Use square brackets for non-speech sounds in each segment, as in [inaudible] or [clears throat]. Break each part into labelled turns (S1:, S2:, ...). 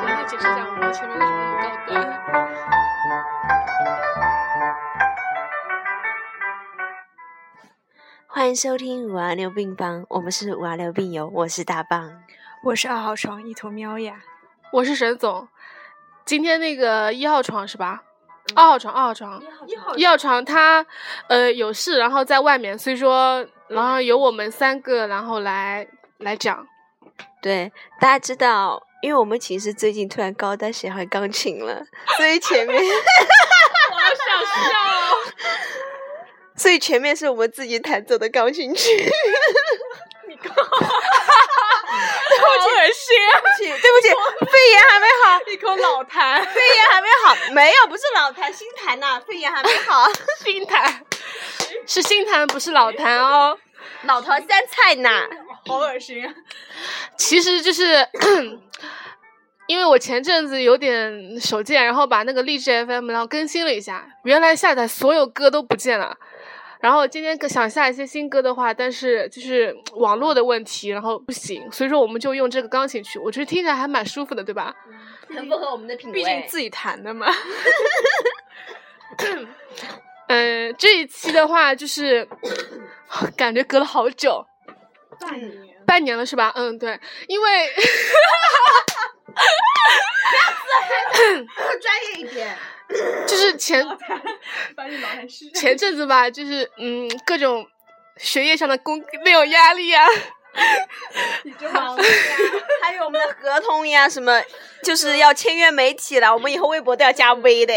S1: 我来解释一下我们的评论为什么那么高端。
S2: 欢迎收听五二六病帮，我们是五二六病友，我是大棒。
S3: 我是二号床，一头喵呀。
S1: 我是沈总，今天那个一号床是吧？二号床，二号床，
S3: 一号
S1: 嗯一号床他呃有事，然后在外面，所以说然后由我们三个然后来来讲。 [laughs]
S2: 对，大家知道，因为我们寝室最近突然高端喜欢钢琴了，所以前面，
S1: 我想笑、哦，
S2: 所以前面是我们自己弹奏的钢琴
S1: [laughs]
S2: 曲。
S3: 好恶心，
S1: 啊
S2: 对不起，对不起，肺炎还没好，
S3: 一口老痰。
S2: 肺炎还没好，没有，不是老痰，新痰呐、肺炎还没
S1: [laughs]
S2: 好，
S1: 新谈是新谈，不是老谈哦。
S2: 老头三菜呐。
S3: 好恶心，啊
S1: 其实就是 [coughs] 因为我前阵子有点手贱，然后把那个荔枝 FM 然后更新了一下，原来下载所有歌都不见了。然后今天更想下一些新歌的话，但是就是网络的问题，然后不行，所以说我们就用这个钢琴曲，我觉得听起来还蛮舒服的，对吧？
S2: [laughs] 很符合我们的品
S3: 毕竟自己弹的嘛。
S1: 嗯、这一期的话就是 [coughs] 感觉隔了好久，
S3: 半
S2: 嗯
S3: 年，
S1: 半年了是吧？嗯，对，因为 [coughs]
S2: 专业一
S3: [laughs]
S2: 点，
S1: 就是前
S3: 把你老痰
S2: [laughs]
S3: 吃。 [laughs]
S1: 前阵子吧，就是嗯，各种学业上的工那种压力啊，
S3: 你就忙了。
S2: [laughs] 还有我们的合同呀，什么就是要签约媒体了，我们以后微博都要加微 [laughs] 的。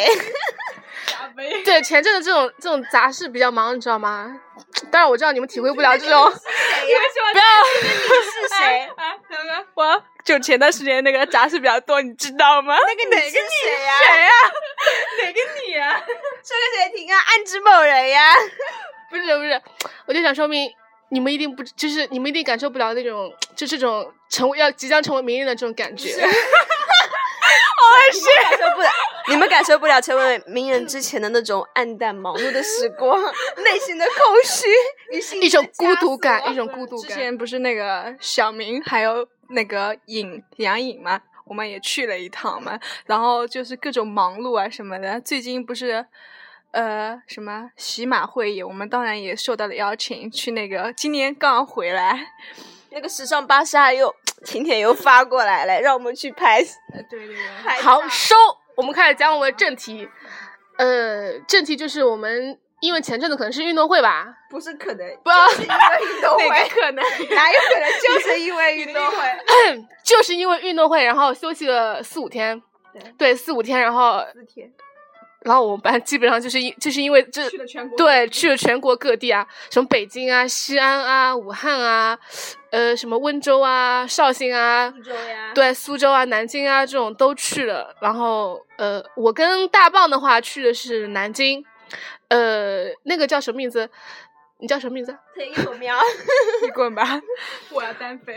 S3: 加杯。 [laughs]
S1: 对前阵子这种这种杂事比较忙，你知道吗？当然我知道你们体会不了这种，
S3: 你们喜欢
S1: 不要
S2: 是 [laughs] 谁？
S3: 哎，什么？我就前段时间那个杂事比较多，你知道吗？
S2: 那个你是谁啊呀、
S3: 谁呀？哪个你啊？
S2: [laughs] 说个谁听啊？暗指某人 [laughs] 呀？
S1: 不是不是，我就想说明你们一定不就是你们一定感受不了那种就这种成为要即将成为名人的这种感觉。
S2: 你们感啊受不了，你们感受不了成为名人之前的那种暗淡忙碌的时光， [laughs] 内心的空虚与心
S1: 一种孤独感，
S2: 一
S1: 一种孤独
S3: 之
S1: 感。
S3: 前不是那个小明还有那个尹杨颖嘛，我们也去了一趟嘛，然后就是各种忙碌啊什么的。最近不是呃什么喜马会议，我们当然也受到了邀请去那个，今年刚刚回来。
S2: 那个时尚芭莎又晴天又发过来了，让我们去拍
S3: 对对 [laughs] 对，
S2: 拍照
S1: 好，收，我们开始讲我们的正题。呃，正题就是我们因为前阵子可能是运动会吧，
S2: 不是可能，
S1: 不要
S2: 就是因为运
S3: 哪
S2: 动会
S3: 个，可能？
S2: [laughs] 哪有可能就是因为运动会？
S1: 就是因为运动会，然后休息了四五天，
S2: 对
S1: 四五天，然后
S2: 四天，
S1: 然后我们班基本上就是因就是因为这
S3: 去了全国，
S1: 对去了全国各地啊，什么北京啊、西安啊、武汉啊，呃，什么温州啊、绍兴啊，
S2: 苏州呀，
S1: 对，苏州啊、南京啊这种都去了。然后呃，我跟大棒的话去的是南京，呃，那个叫什么名字？你叫什么名字？
S2: 陈一朵 [laughs] 喵，
S3: 你滚吧！ [laughs] 我要单 [laughs] 飞。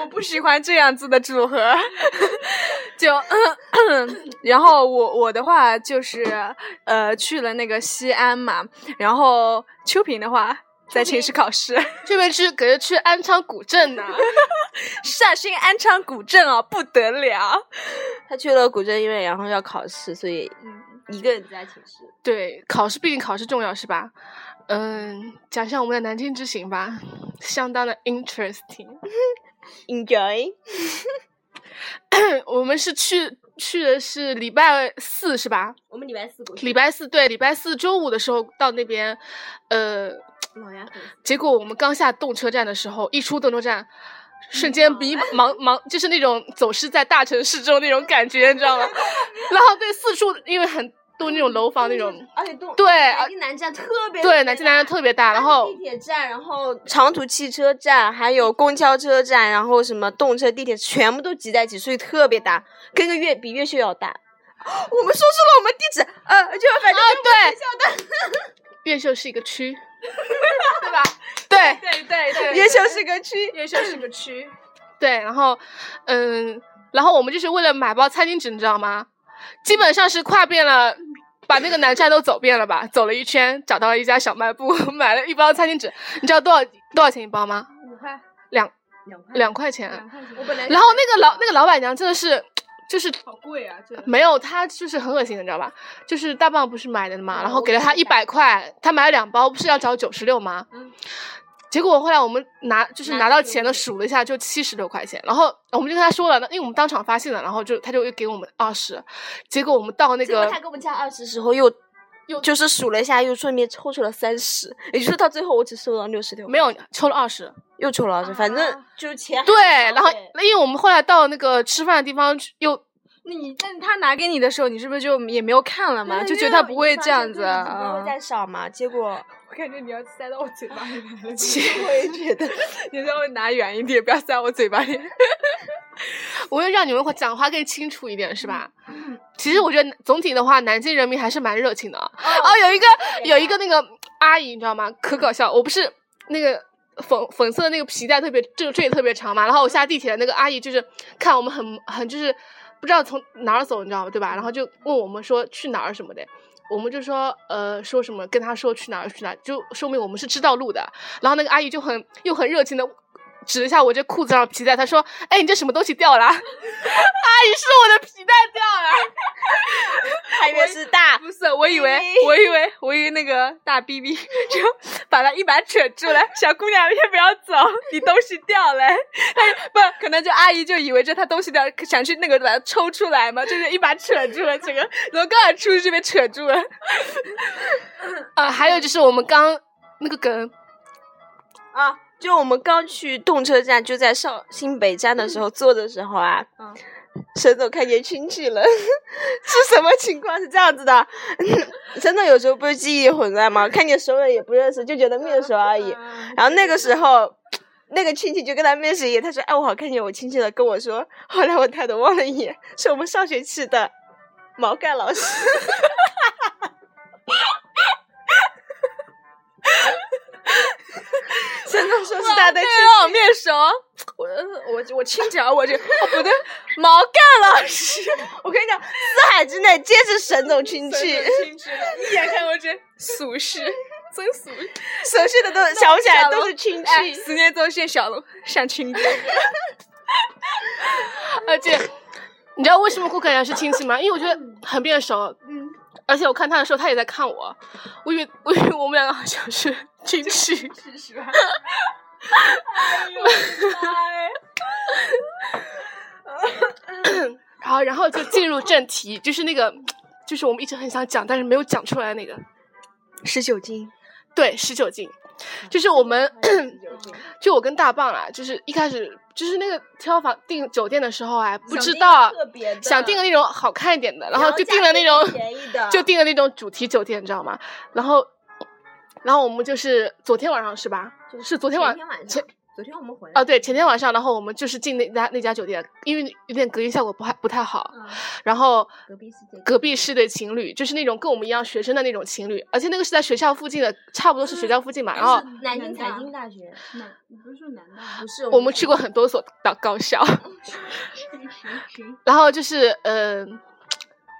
S3: 我不喜欢这样子的组合。 [laughs] 就， [clears throat] 然后我我的话就是，呃，去了那个西安嘛，然后秋萍的话在寝室考试，
S1: 这边去感觉去安昌古镇呢、
S3: 绍兴安昌古镇
S2: 啊
S3: 哦，不得了。
S2: 他去了古镇音乐，然后要考试，所以一个人在寝室。
S1: 对，考试毕竟考试重要是吧？嗯，讲一下我们的南京之行吧，相当的 interesting。
S2: Enjoy，
S1: 我们是去去的是礼拜四是吧？
S2: 我们礼拜四过
S1: 礼拜四对，礼拜四中午的时候到那边，呃，
S2: 老鸭粉丝
S1: 结果我们刚下动车站的时候，一出动车站。瞬间迷茫茫，就是那种走失在大城市中那种感觉，你知道吗？然后对四处因为很多那种楼
S2: 哦
S1: 房那种，
S2: 而且东
S1: 对
S2: 南
S1: 啊
S2: 京南站特别
S1: 对南京南站特别大，然后
S2: 地铁站，然后长途汽车站，还有公交车站，然后什么动车、地铁，全部都挤在一起，所以特别大，跟个越比越秀要大。哦我们说出了我们地址，呃，就反正
S1: 对，越秀是一个区，对吧？对，
S3: 对对对
S2: [laughs] 越秀是个区，
S3: 越秀是个区，
S1: 对，然后，嗯，然后我们就是为了买包餐巾纸，你知道吗？基本上是跨遍了，把那个南站都走遍了吧，走了一圈，找到了一家小卖部， [laughs] 买了一包餐巾纸。你知道多少多少钱一包吗？
S3: 五块
S1: 两
S2: 两块
S1: 两块钱。
S3: 两块钱，
S2: 我本来
S1: 然后那个老那个老板娘真的是，就是
S3: 好贵啊，这
S1: 没有，他就是很恶心的，你知道吧？就是大棒不是买的嘛，然后给了他一百块，他买了两包，不是要找九十六吗？
S3: 嗯
S1: 结果后来我们拿就是拿
S3: 拿
S1: 到
S3: 76
S1: 钱了，数了一下，就七十六块钱。然后我们就跟他说了，那因为我们当场发现了，然后就他就又给我们二十。结果我们到那
S2: 结果
S1: 个
S2: 他给我们加二十时候又
S1: 又
S2: 就是数了一下，又顺便抽出了三十，也就是到最后我只收了六十六，
S1: 没有抽了二十，
S2: 又抽了二十，反正
S3: 啊
S2: 就是钱还
S1: 对，
S2: 少
S1: 然后
S2: 哎
S1: 因为我们后来到那个吃饭的地方去又
S3: 那你但他拿给你的时候，你是不是就也没有看了嘛？
S2: 对
S3: 就
S2: 因
S3: 觉
S2: 为
S3: 得他
S2: 我
S3: 不
S2: 一
S3: 会这
S2: 发现
S3: 样
S2: 对
S3: 子，
S2: 你不会
S3: 嗯，
S2: 再少嘛？结 [laughs] 果
S3: 我感觉你要塞到我嘴巴里
S2: [laughs]
S3: 来了，
S2: 我也觉得
S3: [laughs] 你稍微拿远一点，不要塞我嘴巴
S2: [laughs]
S3: 里。
S1: 我又让你们讲话更清楚一点，是吧？其实我觉得总体的话，南京人民还是蛮热情的啊。哦，有一个有一个那个阿姨，你知道吗？可搞笑，我不是那个粉粉色的那个皮带特别这个坠得特别长嘛，然后我下地铁的那个阿姨就是看我们很很就是不知道从哪儿走，你知道吗？对吧？然后就问我们说去哪儿什么的。我们就说，呃，说什么跟她说去哪儿去哪儿，就说明我们是知道路的。然后那个阿姨就很又很热情的指了一下我这裤子上的皮带，她说：“哎，你这什么东西掉了？” [laughs] 阿姨是我的皮带掉了。
S2: 还以为是大，
S3: 不是，我以为，我以为，我以为那个大 B B [laughs] 就把他一把扯住了，小姑娘先不要走，你东西掉了。他不可能就阿姨就以为这他东西掉，想去那个把它抽出来嘛，就是一把扯住了，整个然后刚好出去就被扯住了。
S1: 呃，还有就是我们刚那个梗，
S2: 啊，就我们刚去动车站，就在上新北站的时候坐的时候啊，
S3: 嗯
S2: 沈总看烟熏去了， [laughs] 是什么情况？是这样子的， [laughs] 沈总有时候不是记忆混乱吗？看见熟人也不认识，就觉得面熟而已。
S3: [laughs]
S2: 然后那个时候。那个亲戚就跟他面试一眼，他说：“哎，我好看见我亲戚了。”跟我说，后来我抬头望了一眼，是我们上学期的毛干老师。沈总说是他的亲戚，
S3: 让我面熟，我我我轻巧，我这哦不对，毛干老师，
S2: 我跟你讲，四海之内皆是沈总亲戚，
S3: [laughs] 轻巧，一眼看过去，俗世，真俗世。
S2: 熟悉的都想不起来都是亲
S3: 哎，
S2: 戚。
S3: 十年之后现小了，像亲爹。
S1: 而且你知道为什么顾客人是亲戚吗？因为我觉得很面熟，
S3: 嗯，
S1: 而且我看他的时候，他也在看我，我以为我以为我们两个好像是亲戚。
S3: 是吧？哎呦我的妈呀！
S1: 然后，然后就进入正题，就是那个，就是我们一直很想讲，但是没有讲出来的那个，
S2: 十九斤，
S1: 对，十九斤，就是我们就我跟大棒啦，就是一开始就是那个挑房订酒店的时候啊，不知道想订个那种好看一点的，然后就订了那种
S2: 便宜的，
S1: 就订了那种主题酒店，你知道吗？然后，然后我们就是昨天晚上是吧？是昨天晚
S2: 前天晚上
S1: 前，
S2: 昨天我们回来
S3: 哦
S1: 啊，对，前天晚上，然后我们就是进那家那家酒店，因为有点隔音效果不还不太好。然后
S2: 嗯隔壁是这个
S1: 隔壁是对情侣，就是那种跟我们一样学生的那种情侣，而且那个是在学校附近的，差不多是学校附近嘛。
S2: 嗯
S1: 然后
S2: 南京财经大学，
S3: 南，你不是说南大？
S2: 不是
S1: 我们去过很多所高高校，
S3: 行行行，
S1: 然后就是嗯、呃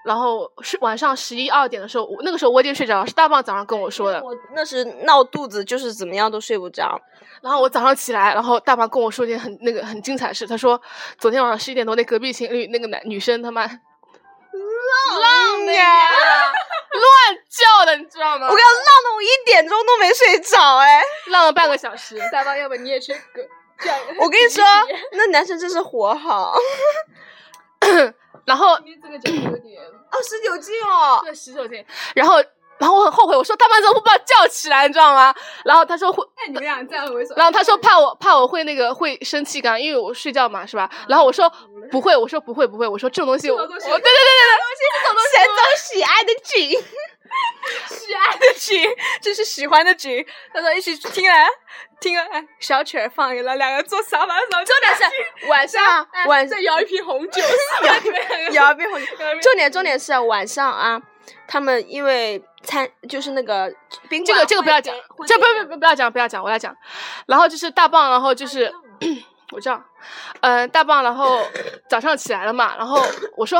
S1: 然后是晚上十一二点的时候，我那个时候我已经睡着了，是大棒早上跟我说的。
S2: 我那时闹肚子，就是怎么样都睡不着。
S1: 然后我早上起来，然后大妈跟我说一件很那个很精彩的事，她说昨天晚上十一点多，那隔壁情侣那个男女生他妈 [laughs]
S2: 浪
S1: 的呀乱叫的，你知道吗？
S2: 我刚刚浪的我一点钟都没睡着哎！
S1: 浪了半个小时。
S3: [laughs] 大包，要不你也缺个这样。
S2: 我跟你说，那男生真是活好
S1: 然后
S3: [laughs] 今天这个酒有点，
S2: 哦，十九斤 [laughs] 哦，
S1: 对十九斤，然后然后我很后悔，我说大妈怎么不把我叫起来，你知道吗？然后她说会，
S3: 哎，你们俩这样很猥琐。
S1: 然后
S3: [laughs]
S1: 她说怕我怕我会那个会生气感，因为我睡觉嘛，是吧？然后我说不会，我说不会不会，我说这种东西我
S3: 这
S1: 我
S3: 种
S1: 对对
S3: 东西
S1: 对对对，
S2: 沈总喜爱的 [laughs] 景，
S3: 喜爱的曲，这是喜欢的曲。他说一起听来，
S2: 啊
S3: 听个哎 [laughs] 小曲儿放一了，两个坐沙发上，重点是晚
S2: 上
S3: 哎
S2: 晚
S3: 再摇一瓶红酒，是吧你们两个
S2: 摇一遍红
S3: [laughs] 摇一遍
S2: 重点重点是啊晚上啊，他们因为餐就是那个宾
S1: 这
S2: 馆
S1: 个这个不要
S2: 会
S1: 讲
S2: 给会，
S1: 这
S2: 给
S1: 不不不不要讲不要讲，我来讲。然后就是大棒，然后就是。 [clears throat] 我这样，呃，大棒，然后早上起来了嘛，然后我说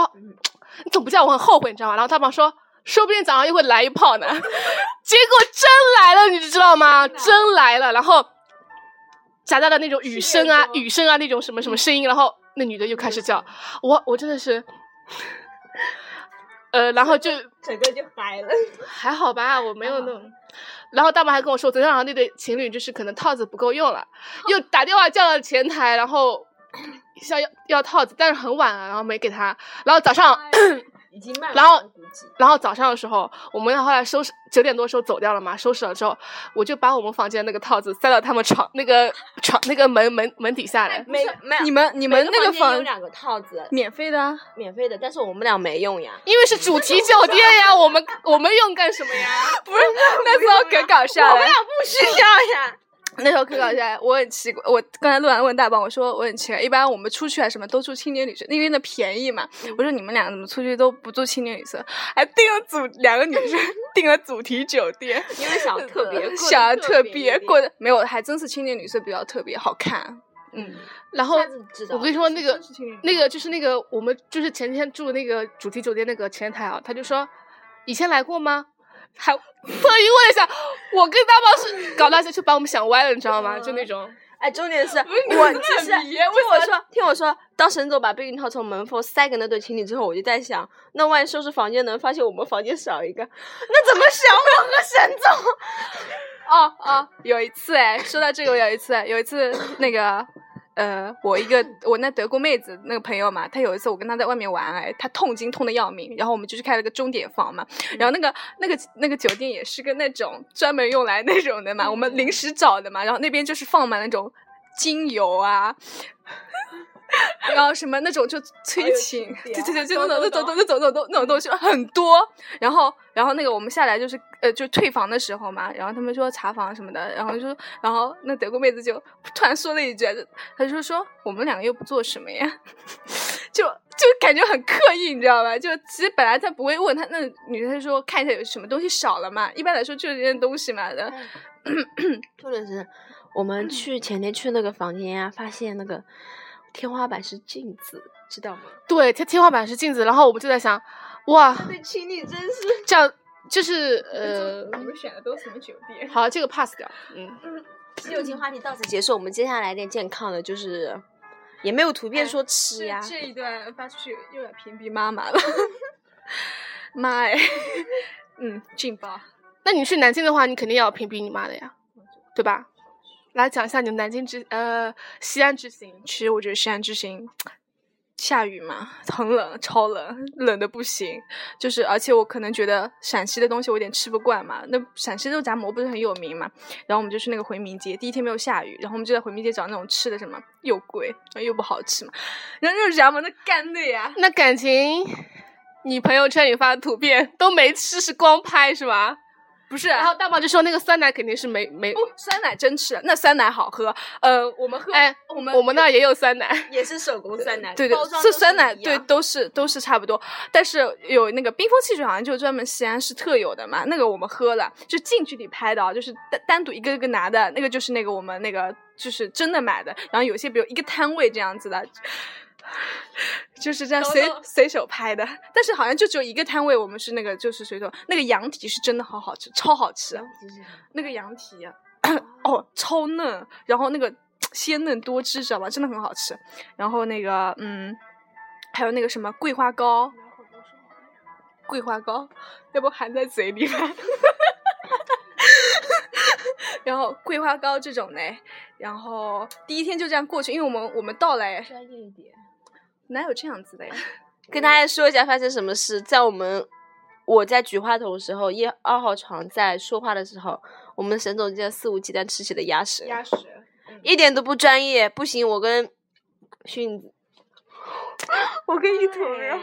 S1: 你总不叫我很后悔，你知道吗？然后大棒说，说不定早上又会来一炮呢。 [laughs] 结果真来了，你知道吗？真来了，然后夹杂的那种雨声啊、雨声啊那种什么什么声音，然后那女的又开始叫我，我真的是， [laughs] 呃，然后就
S2: 整个就嗨了。
S1: 还好吧，我没有那种。然后大妈还跟我说，昨天晚上那对情侣就是可能套子不够用了，又打电话叫到前台，然后 [clears throat] 想要要套子，但是很晚了，然后没给他。然后早上，
S2: 已经慢
S1: 然后
S2: 估计
S1: [clears throat] 然后早上的时候，我们后来收拾九点多的时候走掉了嘛，收拾了之后，我就把我们房间那个套子塞到他们床那个床那个门门门底下来。
S2: 没没
S3: [laughs]
S2: 有
S3: 你们你们
S2: 每
S3: 那
S2: 个
S3: 个
S2: 间有
S3: 房
S2: 两个套子，
S3: 免费的啊，
S2: 免费的，但是我们俩没用 [laughs] 呀。
S1: 因为是主题酒店呀，我们我们用干什么呀？
S3: 不是那时候可搞笑
S1: 啊
S3: 了。
S2: 不需要呀。
S3: [laughs] 那时候可搞笑，我很奇怪。我刚才录完问大宝，我说我很奇怪，一般我们出去啊什么都住青年旅社，因为那便宜嘛。我说你们两个怎么出去都不住青年旅社，还订了主两个女生 [laughs] 订了主题酒店，
S2: [laughs] 因为想特 [laughs]
S3: [laughs]
S2: 别过得
S3: 想要特
S2: 别
S3: 别
S2: 一点
S3: 过，的没有，还真是青年旅社比较特别好看。嗯，
S1: 然后
S2: 一下子知道
S1: 我跟你说那个
S3: 真是青年旅社
S1: 那个就是那个我们就是前天住那个主题酒店那个前台啊，他就说以前来过吗？还特意问一下，我跟大宝是搞那些就把我们想歪了，你知道吗？就那种
S2: 哎，重点是
S3: 你
S2: 我
S3: 们
S2: 就
S3: 这
S2: 是
S3: 很迷
S2: 听我说，听我说，当沈总把避孕套从门缝塞给那对情侣之后，我就在想，那万一收拾房间能发现我们房间少 [laughs] 一个，那怎么想我和沈总？
S3: 哦哦，有一次哎，说到这个，有一次，有一次那个，呃，我一个我那德国妹子那个朋友嘛，她有一次我跟她在外面玩哎，她痛经痛的要命，然后我们就去开了个钟点房嘛，然后那个那个那个酒店也是个那种专门用来那种的嘛，我们临时找的嘛，然后那边就是放满那种精油啊。然后什么那种就
S2: 还
S3: 催
S2: 有
S3: 情
S2: 情，
S3: 对
S2: 节啊
S3: 对对，就
S2: 懂
S3: 那种那种那
S2: 懂
S3: 种那种那种东西很多，然后，然后那个我们下来就是呃，就退房的时候嘛，然后他们说查房什么的，然后就说，然后那德国妹子就突然说了一句，她就说我们两个又不做什么呀， [laughs] 就就感觉很刻意，你知道吧？就其实本来她不会问她，那女的她就说看一下有什么东西少了嘛，一般来说就是这些东西嘛的，
S2: [laughs] 重点是我们去前天去那个房间啊，发现那个天花板是镜子，知道吗？
S1: 对，天天花板是镜子，然后我们就在想，哇，
S2: 对情侣真是
S1: 这样就是呃，
S3: 们选的都什么酒 [laughs] 店？
S1: 好，这个 pass 掉，嗯，
S2: 六情话题到此结束，我们接下来点健康的，就是也没有图片说吃呀、
S3: 这一段发出去又要屏蔽妈妈了， [laughs] 妈哎， [laughs] 嗯，劲爆。
S1: 那你去南京的话，你肯定要屏蔽你妈的呀，对吧？来讲一下你们南京之呃西安之行，
S3: 其实我觉得西安之行，下雨嘛，很冷，超冷，冷的不行。就是而且我可能觉得陕西的东西我有点吃不惯嘛，那陕西肉夹馍不是很有名嘛。然后我们就去那个回民街，第一天没有下雨，然后我们就在回民街找那种吃的，什么又贵又不好吃嘛。然后肉夹馍那干的呀，
S1: 那感情，你朋友圈里发的图片都没吃，是光拍是吧？
S3: 不是。
S1: 然后大宝就说那个酸奶肯定是没没
S3: 不，，酸奶真吃了，那酸奶好喝。呃，我们喝，
S1: 哎，
S3: 我们
S1: 我们那儿也有酸 [laughs] 奶，
S2: 也是手工酸奶，
S3: 对对
S2: 包，装
S3: 是
S2: 都
S3: 酸奶，
S2: 一
S3: 对，
S2: 样
S3: 都是都是差不多。但是有那个冰峰汽水，好像就专门西安是特有的嘛。那个我们喝了，就近距离拍的，啊，就是单单独一个一个拿的，那个就是那个我们那个就是真的买的。然后有些比如一个摊位这样子的。 [laughs] 就是这样
S1: 懂
S3: 随
S1: 懂
S3: 随手拍的，但是好像就只有一个摊位，我们是那个就是随手那个羊蹄是真的好好吃，超好吃。那个羊蹄、 [clears throat] 哦，超嫩，然后那个鲜嫩多汁，知道吧？真的很好吃。然后那个，嗯，还有那个什么桂花糕，桂花糕，要不含在嘴里吧。 [laughs] 然后桂花糕这种呢，然后第一天就这样过去，因为我们我们到了哎，
S2: 专业一点。
S3: 哪有这样子的
S2: [laughs]
S3: 呀？
S2: 跟大家说一下发生什么事，在我们我在举话筒的时候，一二号床在说话的时候，我们沈总竟然肆无忌惮吃起了鸭舌，
S3: 屎，
S2: 一点都不专业，不行，我跟迅子，我跟一坨
S3: 哎
S2: 肉，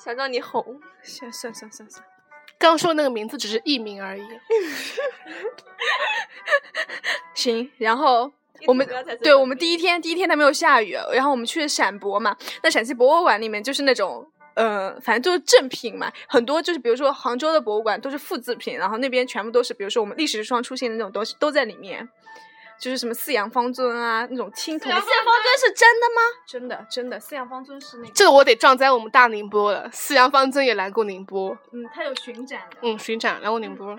S2: 想让你红，
S3: 算算算算算，
S1: 刚说那个名字只是艺名而已。
S3: 行，然后。我们对，我们第一天第一天它没有下雨，然后我们去陕博嘛，那陕西博物馆里面就是那种。呃，反正就是正品嘛，很多就是比如说杭州的博物馆都是复制品，然后那边全部都是，比如说我们历史上出现的那种东西都在里面。就是什么四羊方尊啊那种青铜
S2: 四。羊方尊是真的吗？
S3: 真的真的，四羊方尊是那个，
S1: 这个我得壮哉我们大宁波了。四羊方尊也来过宁波，
S3: 嗯，它有巡展的，
S1: 嗯，巡展来过宁波。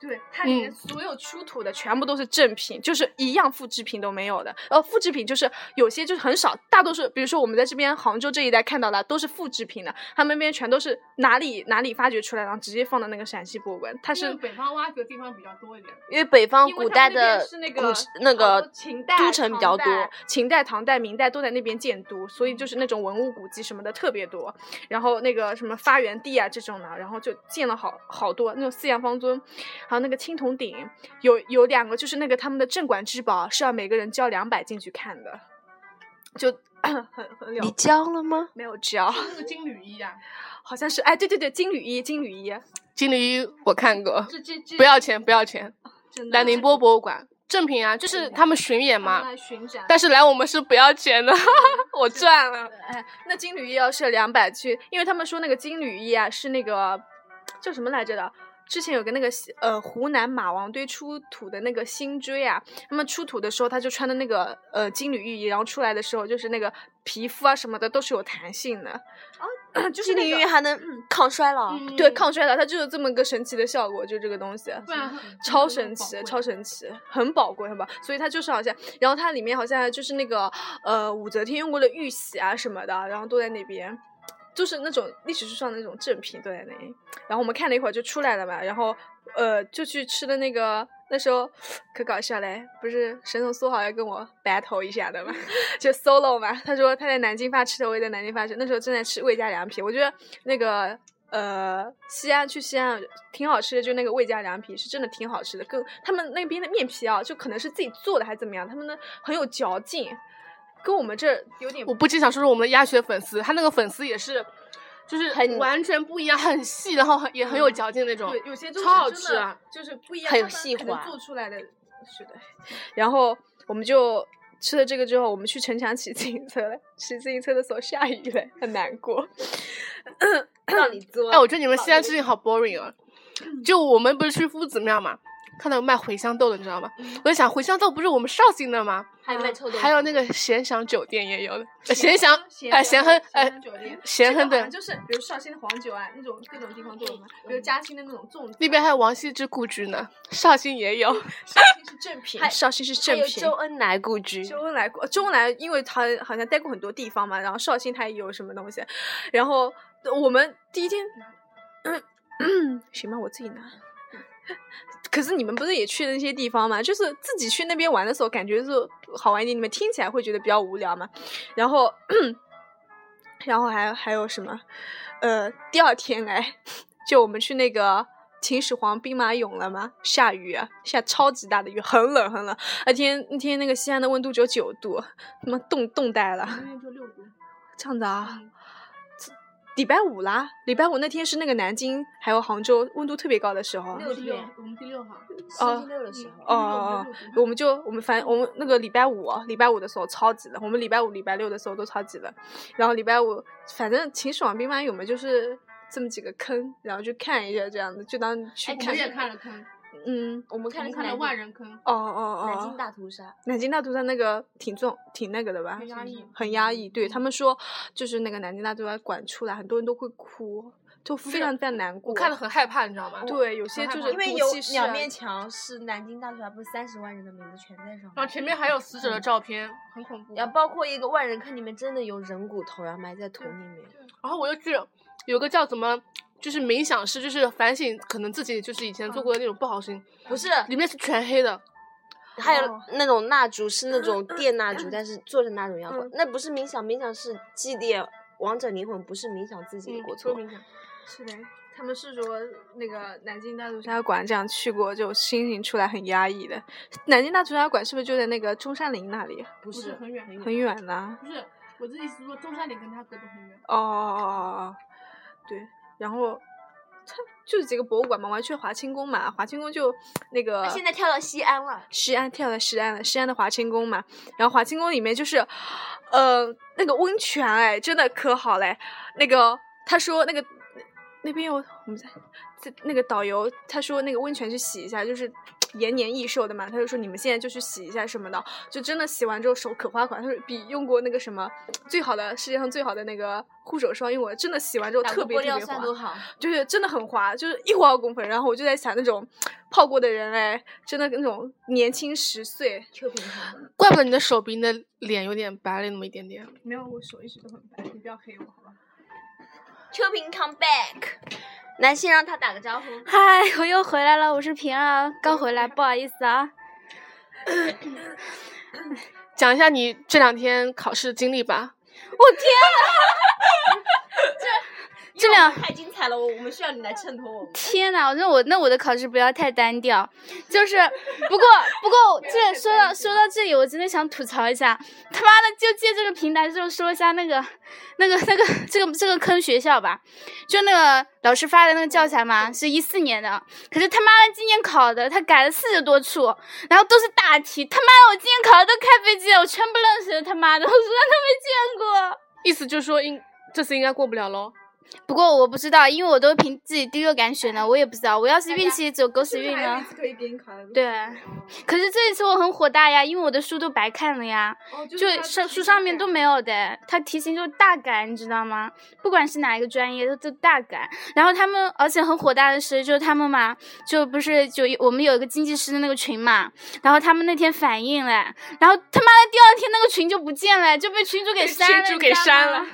S3: 对，它里面
S1: 嗯
S3: 所有出土的全部都是正品，就是一样复制品都没有的。呃，复制品就是有些就是很少，大多数比如说我们在这边杭州这一带看到的都是复制品的，他们那边全都是哪里哪里发掘出来，然后直接放到那个陕西博物馆。它是
S1: 北方挖掘地方比较多一点，
S2: 因为北方
S3: 因为
S2: 古
S3: 他
S2: 代
S3: 们那边
S2: 的
S3: 是那
S2: 古
S3: 个
S2: 时那
S3: 好
S2: 个
S3: 多秦代
S2: 都城比较多，
S3: 唐代秦代、唐代、明代都在那边建都，所以就是那种文物古迹什么的特别多。然后那个什么发源地啊这种的，然后就建了好好多那种四羊方尊，还有那个青铜鼎，有有两个就是那个他们的镇馆之宝是要每个人交两百进去看的，就很很了
S2: 你交了吗？
S3: 没有交，
S1: 那个金缕衣啊，
S3: [laughs] 好像是哎对对对金缕衣金缕衣，
S1: 金缕衣我看过，
S3: 这这这
S1: 不要钱，不要钱，
S3: 真的
S1: 来宁波博物馆正品啊，就是他们巡演
S3: 他
S1: 嘛
S3: 们来，巡展，
S1: 但是来我们是不要钱的， [laughs] 我赚了。
S3: 哎，那金缕衣要是两百去，因为他们说那个金缕衣啊是那个叫什么来着的？之前有个那个西呃湖南马王堆出土的那个新锥啊，他们出土的时候他就穿的那个呃金缕玉衣，然后出来的时候就是那个皮肤啊什么的都是有弹性的，啊， [coughs] 就是
S2: 哦金
S3: 那
S2: 缕
S3: [laughs]
S2: 玉
S3: 个
S2: 还能抗衰老，
S1: 嗯
S3: 对抗衰老，它就有这么个神奇的效果，就这个东西。超神奇，超神奇，很宝贵，很宝，所以它就是好像，然后它里面好像就是那个呃武则天用过的玉玺啊什么的，然后都在那边，就是那种历史书上的那种正品都在那里。然后我们看了一会儿就出来了嘛，然后呃就去吃的那个。那时候可搞笑嘞，不是沈总说好要跟我 battle 一下的嘛， [laughs] 就 solo 嘛。他说他在南京发吃的，我也在南京发吃。那时候正在吃魏家良品，我觉得那个呃，西安去西安挺好吃的，就那个魏家凉皮是真的挺好吃的。更他们那边的面皮啊，就可能是自己做的还是怎么样，他们的很有嚼劲，跟我们这儿有点
S1: 我不禁想说说我们的鸭血粉丝，他那个粉丝也是，就是
S2: 很
S1: 完全不一样，很细，然后很也很有嚼劲那种。
S3: 对，有些就是
S1: 超好
S3: 真
S1: 吃
S3: 的
S1: 啊
S3: 就是不一样，
S2: 很
S3: 他们
S2: 细
S3: 可能
S2: 滑
S3: 做出来的，是的。然后我们就吃了这个之后，我们去城墙骑自行车了，骑自行车的时候下雨了，很难过。
S2: 让你作。
S1: 哎，我觉得你们西安事情好 boring 啊！就我们不是去夫子庙嘛，看到有卖茴香豆的，你知道吗？我就想茴香豆不是我们绍兴的吗？
S2: 还有卖臭豆腐，
S1: 还有那个咸祥酒店也有的，呃咸祥
S3: 咸哎
S1: 呃咸亨呃
S3: 酒店，
S1: 咸亨
S3: 的，
S1: 对，
S3: 就是比如绍兴的黄酒啊，那种各种地方都有嘛，比如嘉兴的那种粽子啊，
S1: 那边还有王羲之故居呢，绍兴也有。
S3: 绍兴是正品，绍兴是
S2: 还
S3: 正
S2: 有
S3: 品
S2: 周。恩来故居，哦
S3: 周恩来过，周恩来因为他好像待过很多地方嘛，然后绍兴他也有什么东西，然后我们第一天，行吧，我自己拿。可是你们不是也去了那些地方嘛？就是自己去那边玩的时候，感觉是好玩一点。你们听起来会觉得比较无聊嘛？然后，然后还还有什么？呃，第二天哎，就我们去那个秦始皇兵马俑了嘛，下雨、啊，下超级大的雨，很冷很冷。那天那天那个西安的温度只有九度，他妈冻冻呆了。
S1: [laughs]
S3: 这样的啊，这礼拜五啦，礼拜五那天是那个南京还有杭州温度特别高的时候。
S2: 六天，
S1: 我们第六号。
S2: 星期六的时
S3: 哦
S2: 候，
S3: 哦，哦我们就我们反我们那个礼拜五，啊礼拜五的时候超级冷，我们礼拜五、礼拜六的时候都超级冷，然后礼拜五反正秦始皇兵马俑嘛，就是这么几个坑，然后去看一下这样子，就当
S2: 哎
S3: 去看。
S1: 了坑，
S3: 嗯，
S2: 我们看了南京
S1: 人坑。
S3: 哦哦哦，
S2: 南京大屠杀，
S3: 南京大屠杀那个挺重、挺那个的吧？
S1: 很压抑
S3: 很压
S2: 嗯
S3: 抑。对他们说，就是那个南京大屠杀馆出来，很多人都会哭，就非常非常难过。
S1: 我看了很害怕，你知道吗？
S3: 对，有些
S1: 害
S3: 就
S1: 怕
S3: 是
S2: 因为
S3: 毒
S2: 有
S3: 气室啊
S2: 两面墙是南京大屠杀，不是三十万人的名字全在上
S1: 然后
S2: 啊面。
S1: 前面还有死者的照片，很恐怖。
S2: 然后包括一个万人坑里面真的有人骨头，然后埋在土里面。
S1: 然后我又去有个叫怎么，就是冥想室，就是反省可能自己就是以前做过的那种不好的事情，
S2: 不是，
S1: 里面是全黑的，
S2: 还有
S3: 哦
S2: 那种蜡烛是那 [clears throat] 种电蜡烛，但是做成那种样
S3: 嗯
S2: 子，那不是冥想，冥想是祭奠亡者灵魂，不是冥想自己的
S1: 嗯
S2: 过，
S1: 说
S2: 错。
S1: 冥想。
S3: 是的，他们是说那个南京大屠杀馆这样去过，就心情出来很压抑的。南京大屠杀馆是不是就在那个中山陵那里？
S2: 不是
S1: 很远很
S3: 很远呐、
S1: 不是，我的意思是说中山陵跟它隔得很 [laughs] 远。
S3: 哦哦哦哦，哦，对，然后它就是几个博物馆嘛，我还去了华清宫嘛，华清宫就那个
S2: 啊现在跳到西安了，
S3: 西安跳到西安了，西安的华清宫嘛，然后华清宫里面就是，呃，那个温泉哎，真的可好嘞，那个他说那个那边有我们在在那个导游他说那个温泉去洗一下，就是延年益寿的嘛，他就说你们现在就去洗一下什么的，就真的洗完之后手可滑滑，他说比用过那个什么最好的世界上最好的那个护手霜，因为我真的洗完之后
S2: 打
S3: 特
S2: 个
S3: 别
S2: 玻
S3: 特别
S2: 尿
S3: 滑
S2: 酸，多好，
S3: 就是真的很滑，就是一会儿公分。然后我就在想，那种泡过的人哎，真的那种年轻十岁。
S2: Q 平衡。
S1: 怪不得你的手比你的脸有点白了那么一点点。
S3: 没有，我手一直都很白，你不要黑我好吧？
S2: Q 平 come back，来先让他打个招呼。
S4: 嗨，我又回来了，我是平
S1: 啊
S4: 儿，刚回来，不好意思啊。
S1: 讲一下你这两天考试经历吧。
S4: 这两
S2: 太精彩了，我我们需要你来衬托我们。
S4: 天呐，那我那我的考试不要太单调，就是不过不过这说到说到这里，我真的想吐槽一下，他妈的就借这个平台就说一下那个那个那个这个这个坑学校吧，就那个老师发的那个教材嘛，是一四年的，可是他妈的今年考的他改了四十多处，然后都是大题，他妈的我今年考的都开飞机了，我全不认识的他妈的，我从来都没见过。
S1: 意思就是说应这次应该过不了喽。
S4: 不过我不知道，因为我都凭自己第六感选的，我也不知道。我要是运气走狗屎运
S1: 啊
S4: 呢？
S3: 可以给你考的
S4: 对，可是这一次我很火大呀，因为我的书都白看了呀，
S3: 哦
S4: 就上书上面都没有的，它题型就大改，你知道吗？不管是哪一个专业，它都大改。然后他们，而且很火大的是，就是他们嘛，就不是就我们有一个经济师的那个群嘛，然后他们那天反映嘞，然后他妈的第二天那个群就不见了，就被群主给删了，
S1: 群主
S4: 你
S1: 给
S4: 知道
S1: 删
S4: 吗
S1: 了。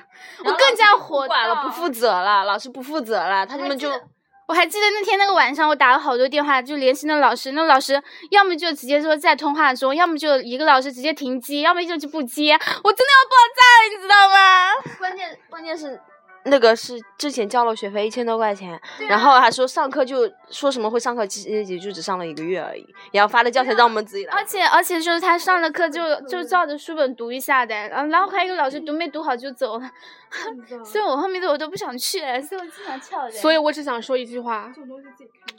S4: 我更加火
S2: 不管了，
S4: 大
S2: 不负责了，老师不负责了，他
S4: 还
S2: 们
S4: 记
S2: 就
S4: 得我还记得那天那个晚上，我打了好多电话，就联系那老师，那老师要么就直接说在通话中，要么就一个老师直接停机，要么就是不接，我真的要爆炸了，你知道吗？
S2: 关键关键是那个是之前交了学费一千多块钱，
S4: 啊
S2: 然后还说上课就说什么会上课，其实也就只上了一个月而已，然后发的教材让我们自己来
S4: 啊而。且而且就是他上了课就就照着书本读一下的，然后然后还有一个老师读没读好就走了， [laughs] 所以我后面的我都不想去，嗯所以我经常翘着。
S1: 所以我只想说一句话，
S3: 种东西自己看，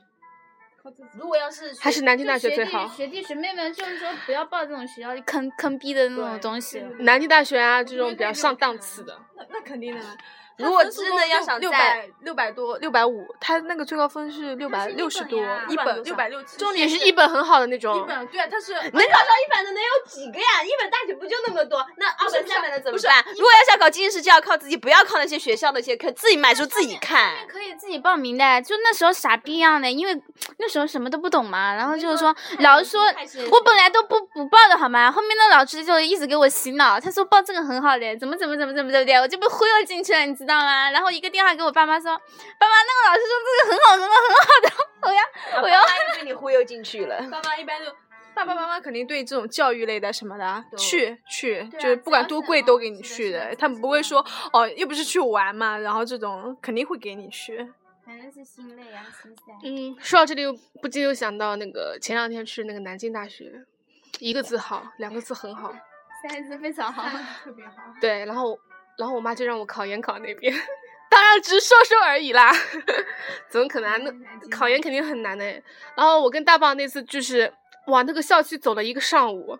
S3: 靠自己。
S2: 如果要是
S1: 还是南京大学最
S4: 就
S1: 好。
S4: 学弟学弟学妹们就是说不要报这种学校坑坑逼的那种东西。
S1: 南京大学啊，这种比较上档次的，
S3: 那那肯定的
S1: [laughs]
S3: 啦。
S2: 如果真的要想
S3: 六
S2: 在
S3: 百六百多六百五，他那个最高分是六百六十多，一本六百六七，
S1: 重点是一本很好的那
S3: 一
S1: 种。
S3: 本，对啊，他是
S2: 能考上一本的能有几个呀？一本大学不就那么多？那二本、三本的怎么
S3: 不是
S2: 办？如果要想搞精英师，就要靠自己，不要靠那些学校那些课，自己买书自己看。
S4: 可以自己报名的，就那时候傻逼一样的，因为那时候什么都不懂嘛，然后就是说老师说，我本来都不不报的好吗？后面那老师就一直给我洗脑，他说报这个很好的，怎么怎么怎么怎么对不对？我就被忽悠进去了，你知道吗？然后一个电话给我爸妈说，爸妈那个老师说这个很好很好很好的，我要我要
S2: 他又被你忽悠进去了。
S3: 爸妈一般就 [laughs] 爸爸妈妈肯定对这种教育类的什么的
S2: 对
S3: 去去，
S4: 对啊
S3: 就是不管
S4: 只要
S3: 多
S4: 是
S3: 贵
S4: 哦
S3: 都给你
S4: 是的
S3: 去
S4: 是的
S3: 的，
S4: 是
S3: 他
S4: 的
S3: 们不会
S4: 是
S3: 说哦，又不是去玩嘛，然后这种肯定会给你去。
S4: 反正是心累啊，心塞。
S1: 嗯，说到这里又不禁又想到那个前两天去那个南京大学，一个字好，两个字很好。
S4: 三十非常好，
S3: 特别好，
S1: 对，然后然后我妈就让我考研考那边， [laughs] 当然只是说说而已啦， [laughs] 怎么可能啊？那考研肯定很难的。然后我跟大棒那次就是，哇，那个校区走了一个上午，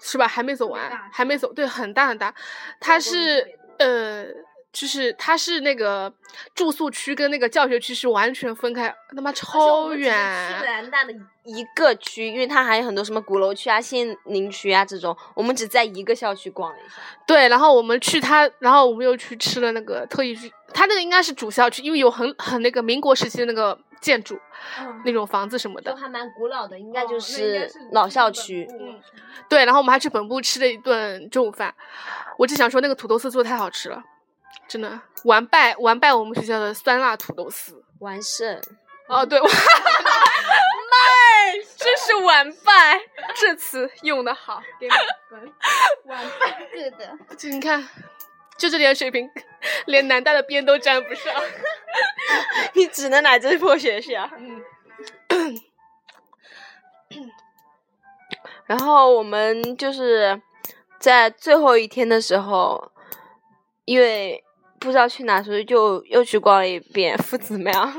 S1: 是吧？还没走完，还没走，对，很大很大。它是呃，就是它是那个住宿区跟那个教学区是完全分开，他妈超远。
S2: 去南大的一个区，因为它还有很多什么鼓楼区啊、仙林区啊这种，我们只在一个校区逛了一下。
S1: 对，然后我们去他，然后我们又去吃了那个特意去，他那个应该是主校区，因为有很很那个民国时期的那个建筑，
S3: 嗯
S1: 那种房子什么
S2: 就
S1: 的。
S2: 还蛮古老的，应该
S3: 哦那
S2: 就
S3: 应该是
S2: 老
S3: 日
S2: 校
S3: 本
S2: 区。
S3: 部
S1: 嗯对，然后我们还去本部吃了一顿中午饭，我只想说那个土豆丝做的太好吃了，真的完败完败我们学校的酸辣土豆丝。
S2: 完胜，
S1: 哦，对，
S3: 真是完败，这词用的好，给满分。完败，
S4: [laughs] 对的。
S1: 就你看，就这点水平，连南大的边都沾不上。
S2: [laughs] 你只能来这破学校。嗯然后我们就是在最后一天的时候，因为不知道去哪，所以就又去逛了一遍夫子庙。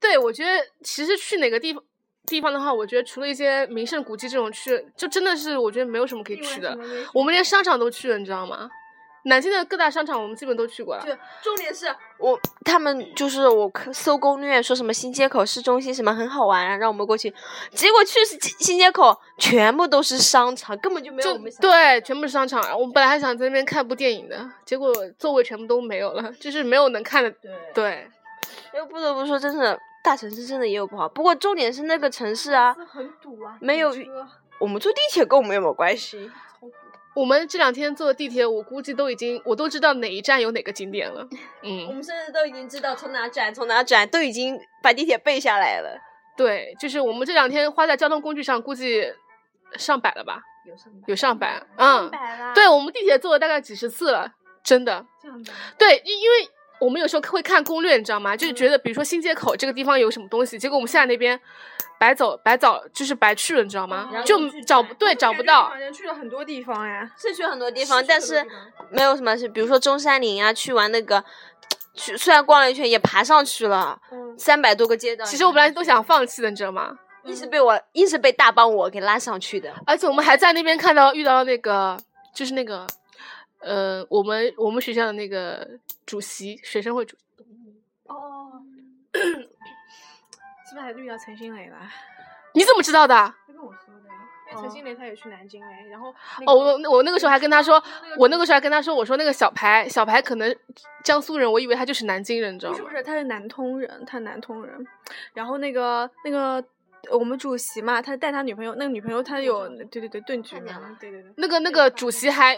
S1: 对，我觉得其实去哪个地方地方的话，我觉得除了一些名胜古迹这种去，就真的是我觉得没有什么可以去的。我们连商场都去了，你知道吗？南京的各大商场我们基本都去过了。
S2: 就重点是我他们就是我可搜攻略说什么新街口市中心什么很好玩、啊，让我们过去，结果去新新街口全部都是商场，根本就没有
S1: 就
S2: 我们想
S1: 对，全部是商场。我本来还想在那边看部电影的，结果座位全部都没有了，就是没有能看的。对，
S2: 又不得不说，真的大城市真的也有不好。不过重点是那个城市啊，
S3: 很堵啊，
S2: 没有
S3: 堵车
S2: 我们坐地铁跟我们有没有关系？
S1: 我们这两天坐地铁，我估计都已经我都知道哪一站有哪个景点了。嗯
S2: 我，
S1: [laughs]
S2: 们甚至都已经知道从哪转从哪转，都已经把地铁背下来了。
S1: 对，就是我们这两天花在交通工具上，估计上百了吧？
S2: 有上
S1: 有上百，嗯，
S4: 白了
S1: 对，我们地铁坐了大概几十次了，真的。
S3: 这样的。
S1: 对，因因为我们有时候会看攻略，你知道吗？就是觉得比如说新街口这个地方有什么东西，结果我们下那边白走白找，就是白去了，你知道吗
S2: 然？后
S1: 就
S2: 就去
S1: 找
S2: 转
S1: 不对，找不
S3: 感觉
S1: 到
S3: 好。像去了很多地方呀，
S2: 是去很多地
S3: 地
S2: 方，但是没有什么是，比如说中山陵啊，去玩那个，去虽然逛了一圈，也爬上去了，
S3: 嗯
S2: 三百多个街道。
S1: 其实我本来都想放弃的，你知道吗？
S2: 硬是被我硬是被大帮我给拉上去的。
S1: 而且我们还在那边看到遇到那个，就是那个，呃，我们我们学校的那个主席，学生会主席，
S3: 哦，是不是还遇到陈新磊了？
S1: 你怎么知道的？啊
S3: 他跟我说的，嗯因为陈新磊他也去南京嘞，然后那个
S1: 哦，我我那个时候还跟他说，我那个时候还跟他说，我说那个小排小排可能江苏人，我以为他就是南京人，你知道
S3: 不是
S1: 吗
S3: 不？是，他是南通人，他是南通人。然后那个那个呃我们主席嘛，他带他女朋友，那个女朋友他有对对对盾局
S2: 看见了
S3: 嘛，对对对。
S1: 那个那个主席还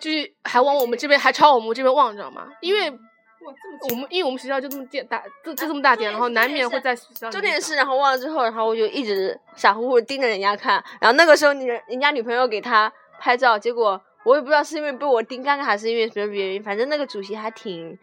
S1: 就是还往我们这边，还朝我们这边望，你知道吗？因为
S3: 哇，这么
S1: 我们因为我们学校就这么点大，就就这么大点，然后
S2: 重
S1: 难
S2: 点
S1: 免
S2: 是
S1: 会在学校里面找。
S2: 重点是，然后忘了之后，然后我就一直傻乎乎地盯着人家看。然后那个时候你，人人家女朋友给他拍照，结果我也不知道是因为被我盯尴尬，还是因为什么原因，反正那个主席还
S1: 哦
S2: 挺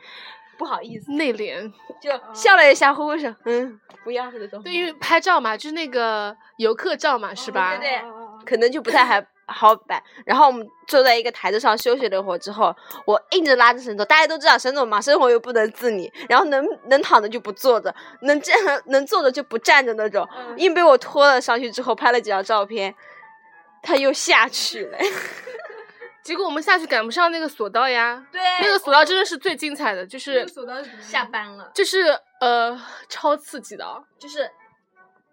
S2: 不好意思，
S1: 内敛，
S2: 就笑了一下，挥挥手，嗯，不要那种。
S1: 对，因为拍照嘛，就是那个游客照嘛，是吧？
S2: 嗯对对
S3: 哦
S2: 可能就不太还好摆。然后我们坐在一个台子上休息了一会儿之后，我硬着拉着沈总，大家都知道沈总嘛，沈总又不能自理，然后能能躺着就不坐着，能站 [laughs] 能坐着就不站着那种，
S3: 嗯
S2: 硬被我拖了上去之后拍了几张照片，他又下去了。 [laughs]
S1: 结果我们下去赶不上那个索道呀，
S2: 对，
S1: 那个索道真的是最精彩的，就是
S2: 下班了，
S1: 就是呃超刺激的啊，
S2: 就是。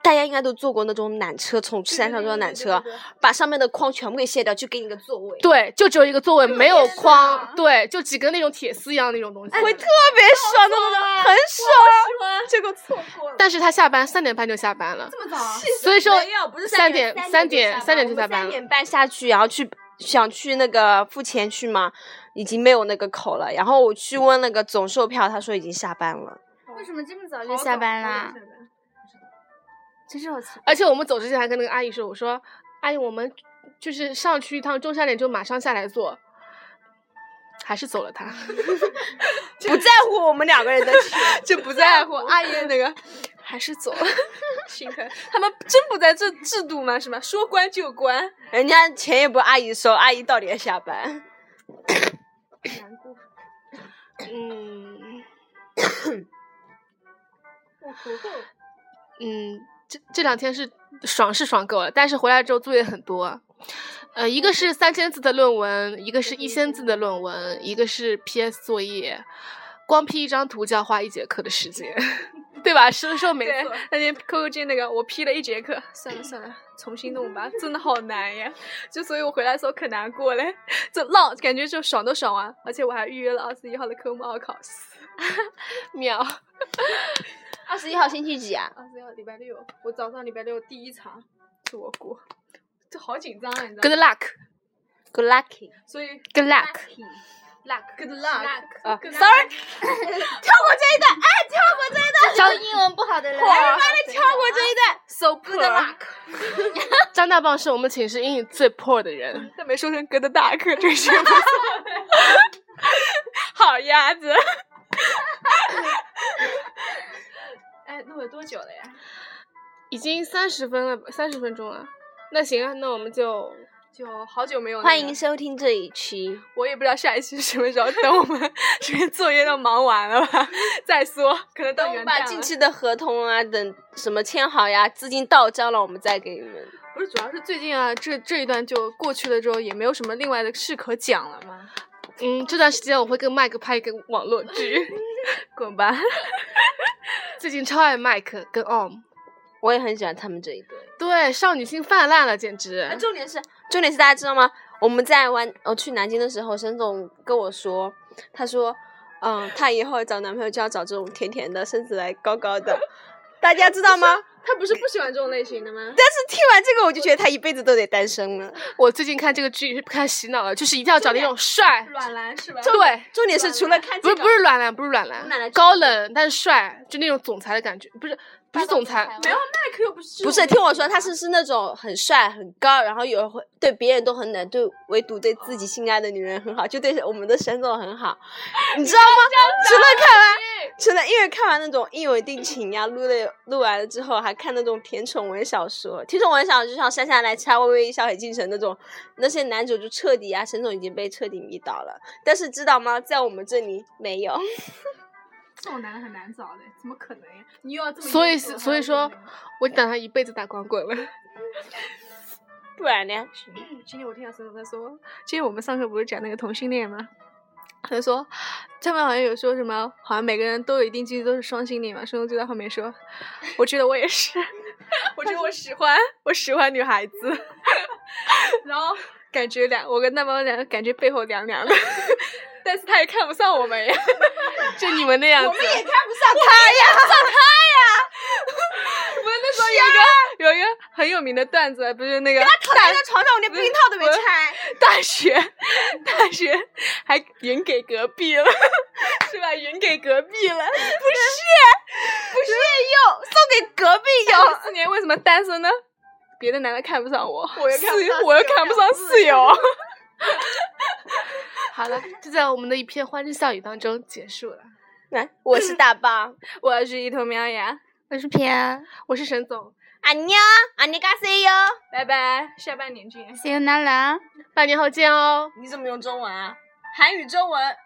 S2: 大家应该都坐过那种缆车，从山上坐到缆车，把上面的框全部给卸掉，就给你个座位，
S1: 对，就只有一个座位，没有
S2: 天哪
S1: 框，对，就几根那种铁丝一样的那种东西。
S2: 啊
S3: 哎
S2: 哎会特别爽，啊那种很爽。结果错过了。
S1: 但是他下班三点半就下班了，
S3: 这么早啊？
S1: 所以说
S2: 没有，不是
S1: 三
S2: 点，
S1: 点
S2: 三
S1: 三点
S2: 就
S1: 就
S2: 下
S1: 下
S2: 班
S1: 班
S2: 我
S1: 了
S2: 们三点半下去，然后去想去那个付钱去嘛，已经没有那个口了。然后我去问那个总售票，他说已经下班了。
S4: [laughs] 为什么这么早
S3: 好
S4: 就下
S3: 早啊
S4: 班
S3: 好
S4: 啦
S3: 早？下班
S4: 其实我奇
S1: 而且我们走之前还跟那个阿姨说，我说阿姨，我们就是上去一趟中山陵就马上下来坐，还是走了他。
S2: 不在乎我们两个人的钱，
S3: 就不在乎阿姨那个，还是走了，心疼。他们真不在这制度吗？是吧？说关就关。
S2: 人家钱也不阿姨收，阿姨到底要下班。
S1: 嗯嗯，这这两天是爽是爽够了，但是回来之后作业很多。呃，一个是三千字的论文，一个是一千字的论文，一个是 PS 作业，光 P 一张图就要花一节课的时间，对吧？说说没
S3: 对
S1: 错，，
S3: 那天 QQ 君那个，我批了一节课，算了算了，重新弄吧，真的好难呀！就所以我回来的时候可难过嘞，这浪感觉就爽都爽完，而且我还预约了二十一号的科目二考试，秒！
S2: 二十一号星期几啊？
S3: 二十一号礼拜六，我早上礼拜六第一场是我国，这好紧张啊，你知道
S1: Good
S3: 吗？
S1: luck，Good
S2: ，Good lucky。
S3: 所以
S1: luck。
S3: good luck，
S2: 啊
S3: good
S2: ，sorry，
S3: luck
S2: 跳过这一段，哎，跳过这一段，
S4: 招英文不好的人，
S2: 哎妈的，跳过这一段。
S3: so poor，
S1: 张大棒是我们寝室英语最 poor 的人，
S3: 但没说成 good luck，真
S2: [laughs]
S3: 是不错好鸭子。哎，录了多久了呀？
S1: 已经三十分了，三十分钟了。那行啊，那我们就
S3: 就好久没有、
S2: 欢迎，收听这一期。
S3: 我也不知道下一期是什么时候，等我们 [laughs] 这边作业都忙完了吧，再说，可能到
S2: 等我
S3: 元
S2: 们
S3: 旦
S2: 把
S3: 了
S2: 近期的合同啊，等什么签好呀，资金到账了，我们再给你们。
S3: 不是，主要是最近啊，这这一段就过去了之后，也没有什么另外的事可讲了嘛。
S1: 嗯，这段时间我会跟麦克拍一个网络剧，
S3: 滚吧！
S1: 最近超爱麦克跟 Om，
S2: 我也很喜欢他们这一对。
S1: 对，少女心泛滥了，简直
S2: 啊，重点是，重点是大家知道吗？我们在玩，呃，去南京的时候，沈总跟我说，他说，嗯，他以后找男朋友就要找这种甜甜的，身材高高的，大家知道吗？
S3: 他不是不喜欢这种类型的吗？
S2: 但是听完这个，我就觉得他一辈子都得单身了。
S1: 我最近看这个剧看洗脑了，就是一定要找那种帅，
S3: 软男是吧？
S1: 对，
S2: 重点是除了看
S1: 不
S2: 这
S1: 是
S2: 个，
S1: 不是软男，不是软
S2: 我们奶奶
S1: 男，
S2: 就
S1: 高冷但是帅，就那种总裁的感觉，不是不是总裁，
S4: 没有
S3: 麦克又不是这
S2: 不
S3: 种
S2: 是
S3: 类
S2: 听我
S3: 型的
S2: 说，他是是那种很帅很高，然后有会对别人都很冷，对唯独对自己心爱的女人很好，就对我们的沈总很好，你知道吗？除了看完，除了因为看完那种《一吻定情》呀，录了录完了之后，还看那种甜宠文小说，甜宠文小说就像《山下来插微微一笑很倾城》那种，那些男主就彻底啊，沈总已经被彻底迷倒了。但是知道吗，在我们这里没有，
S3: 这种男的很难找的，怎么可能呀？你又要这么
S1: 所以
S3: 优
S1: 是
S3: 秀
S1: 所
S3: 还
S1: 以
S3: 要
S1: 说
S3: 这么
S1: 我等他一辈子打光棍了。
S2: 不然呢？
S3: 那嗯个今天我听到沈总在说，今天我们上课不是讲那个同性恋吗？他就说，他们好像有说什么，好像每个人都有一定几率都是双性恋嘛。沈总就在后面说，我觉得我也是， [laughs] 我觉得我喜欢，我喜欢女孩子， [laughs] 然后感觉两我跟那帮两个感觉背后凉凉的， [laughs] 但是他也看不上我们呀， [laughs]
S1: 就你们那样子，
S3: 不是那时候有一个有一个很有名的段子，不是那个大
S2: 在床上我连避孕套都没
S3: 我
S2: 拆。
S3: 大学， [laughs] 大学还匀给隔壁了， [laughs] 是吧？匀给隔壁了，
S2: 不屑用，送给隔壁
S3: 有四年为什么单身呢？别的男的看不上我，我
S2: 又看不上
S3: 我又
S2: 室友
S3: 看不上室 [laughs] 友。
S1: 好了，就在我们的一片欢声笑语当中结束了。
S2: [laughs] 来，我是大巴，
S3: 我是一头喵呀，
S4: 我是平安，
S1: 我是沈总，
S2: 阿妞，阿尼嘎塞哟。
S3: 拜拜，下半年见。
S4: 谢谢娜兰。
S1: 半年后见哦。
S2: 你怎么用中文啊？韩语中文。